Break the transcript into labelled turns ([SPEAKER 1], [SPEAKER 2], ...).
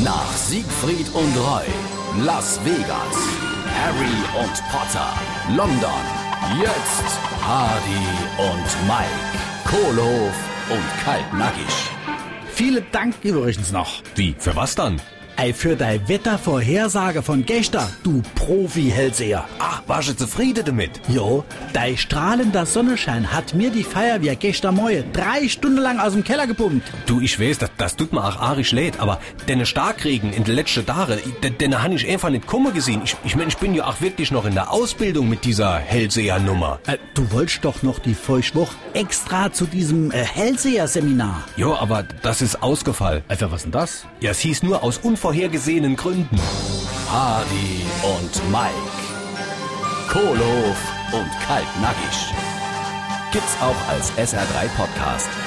[SPEAKER 1] Nach Siegfried und Roy, Las Vegas, Harry und Potter, London, jetzt Hardy und Mike, Kohlhof und Kaltnackig.
[SPEAKER 2] Vielen Dank übrigens noch.
[SPEAKER 3] Wie? Für was dann?
[SPEAKER 2] Ey, für deine Wettervorhersage von gestern, du Profi-Hellseher.
[SPEAKER 1] Ah,
[SPEAKER 3] Ach, warst du zufrieden damit?
[SPEAKER 2] Jo, dein strahlender Sonnenschein hat mir die Feuerwehr gestern Morgen drei Stunden lang aus dem Keller gepumpt.
[SPEAKER 3] Du, ich weiß, das, das tut mir auch arisch leid, aber deine Starkregen in den letzten Tagen, den, den habe ich einfach nicht kommen gesehen. Ich, ich mein, ich bin ja auch wirklich noch in der Ausbildung mit dieser Hellseher-Nummer.
[SPEAKER 2] Äh, du wolltest doch noch die Feuchtwoche extra zu diesem äh, Hellseher-Seminar.
[SPEAKER 3] Jo, aber das ist ausgefallen.
[SPEAKER 2] Alter, was denn das?
[SPEAKER 3] Ja, es hieß nur aus unvorhergesehenen Gründen.
[SPEAKER 1] Hardy und Mike, Kohlhof und Kaltnackig. Gibt's auch als SR3 Podcast.